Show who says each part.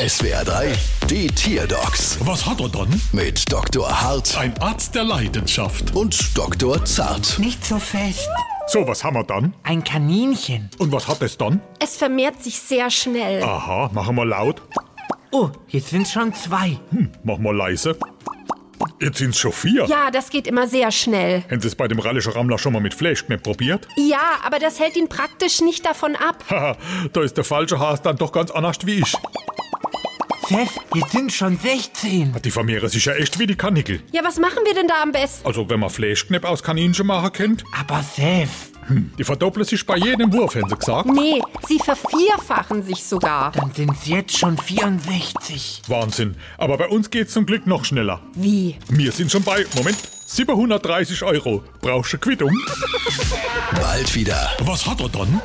Speaker 1: SWR 3, die Tierdocs
Speaker 2: Was hat er dann?
Speaker 1: mit Dr. Hart
Speaker 2: Ein Arzt der Leidenschaft.
Speaker 1: und Dr. Zart.
Speaker 3: Nicht so fest.
Speaker 2: So, was haben wir dann?
Speaker 3: Ein Kaninchen.
Speaker 2: Und was hat es dann?
Speaker 4: Es vermehrt sich sehr schnell.
Speaker 2: Aha, machen wir laut.
Speaker 3: Oh, jetzt sind schon zwei.
Speaker 2: Hm, machen wir leise. Jetzt sind's schon vier.
Speaker 4: Ja, das geht immer sehr schnell.
Speaker 2: Haben Sie es bei dem Rallischen Rammler schon mal mit Fleischknepp probiert?
Speaker 4: Ja, aber das hält ihn praktisch nicht davon ab.
Speaker 2: Haha, da ist der falsche Hase dann doch ganz anders wie ich.
Speaker 3: Seth, jetzt sind schon 16.
Speaker 2: Die vermehren sich ja echt wie die Kanickel.
Speaker 4: Ja, was machen wir denn da am besten?
Speaker 2: Also, wenn man Fleischknepp aus Kaninchen machen kennt,
Speaker 3: Aber Seth,
Speaker 2: die verdoppeln sich bei jedem Wurf, haben Sie gesagt.
Speaker 4: Nee, sie vervierfachen sich sogar.
Speaker 3: dann sind's jetzt schon 64.
Speaker 2: Wahnsinn. Aber bei uns geht's zum Glück noch schneller.
Speaker 4: Wie?
Speaker 2: Wir sind schon bei, Moment, 730 Euro. Brauchst du Quittung?
Speaker 1: Bald wieder.
Speaker 2: Was hat er dann?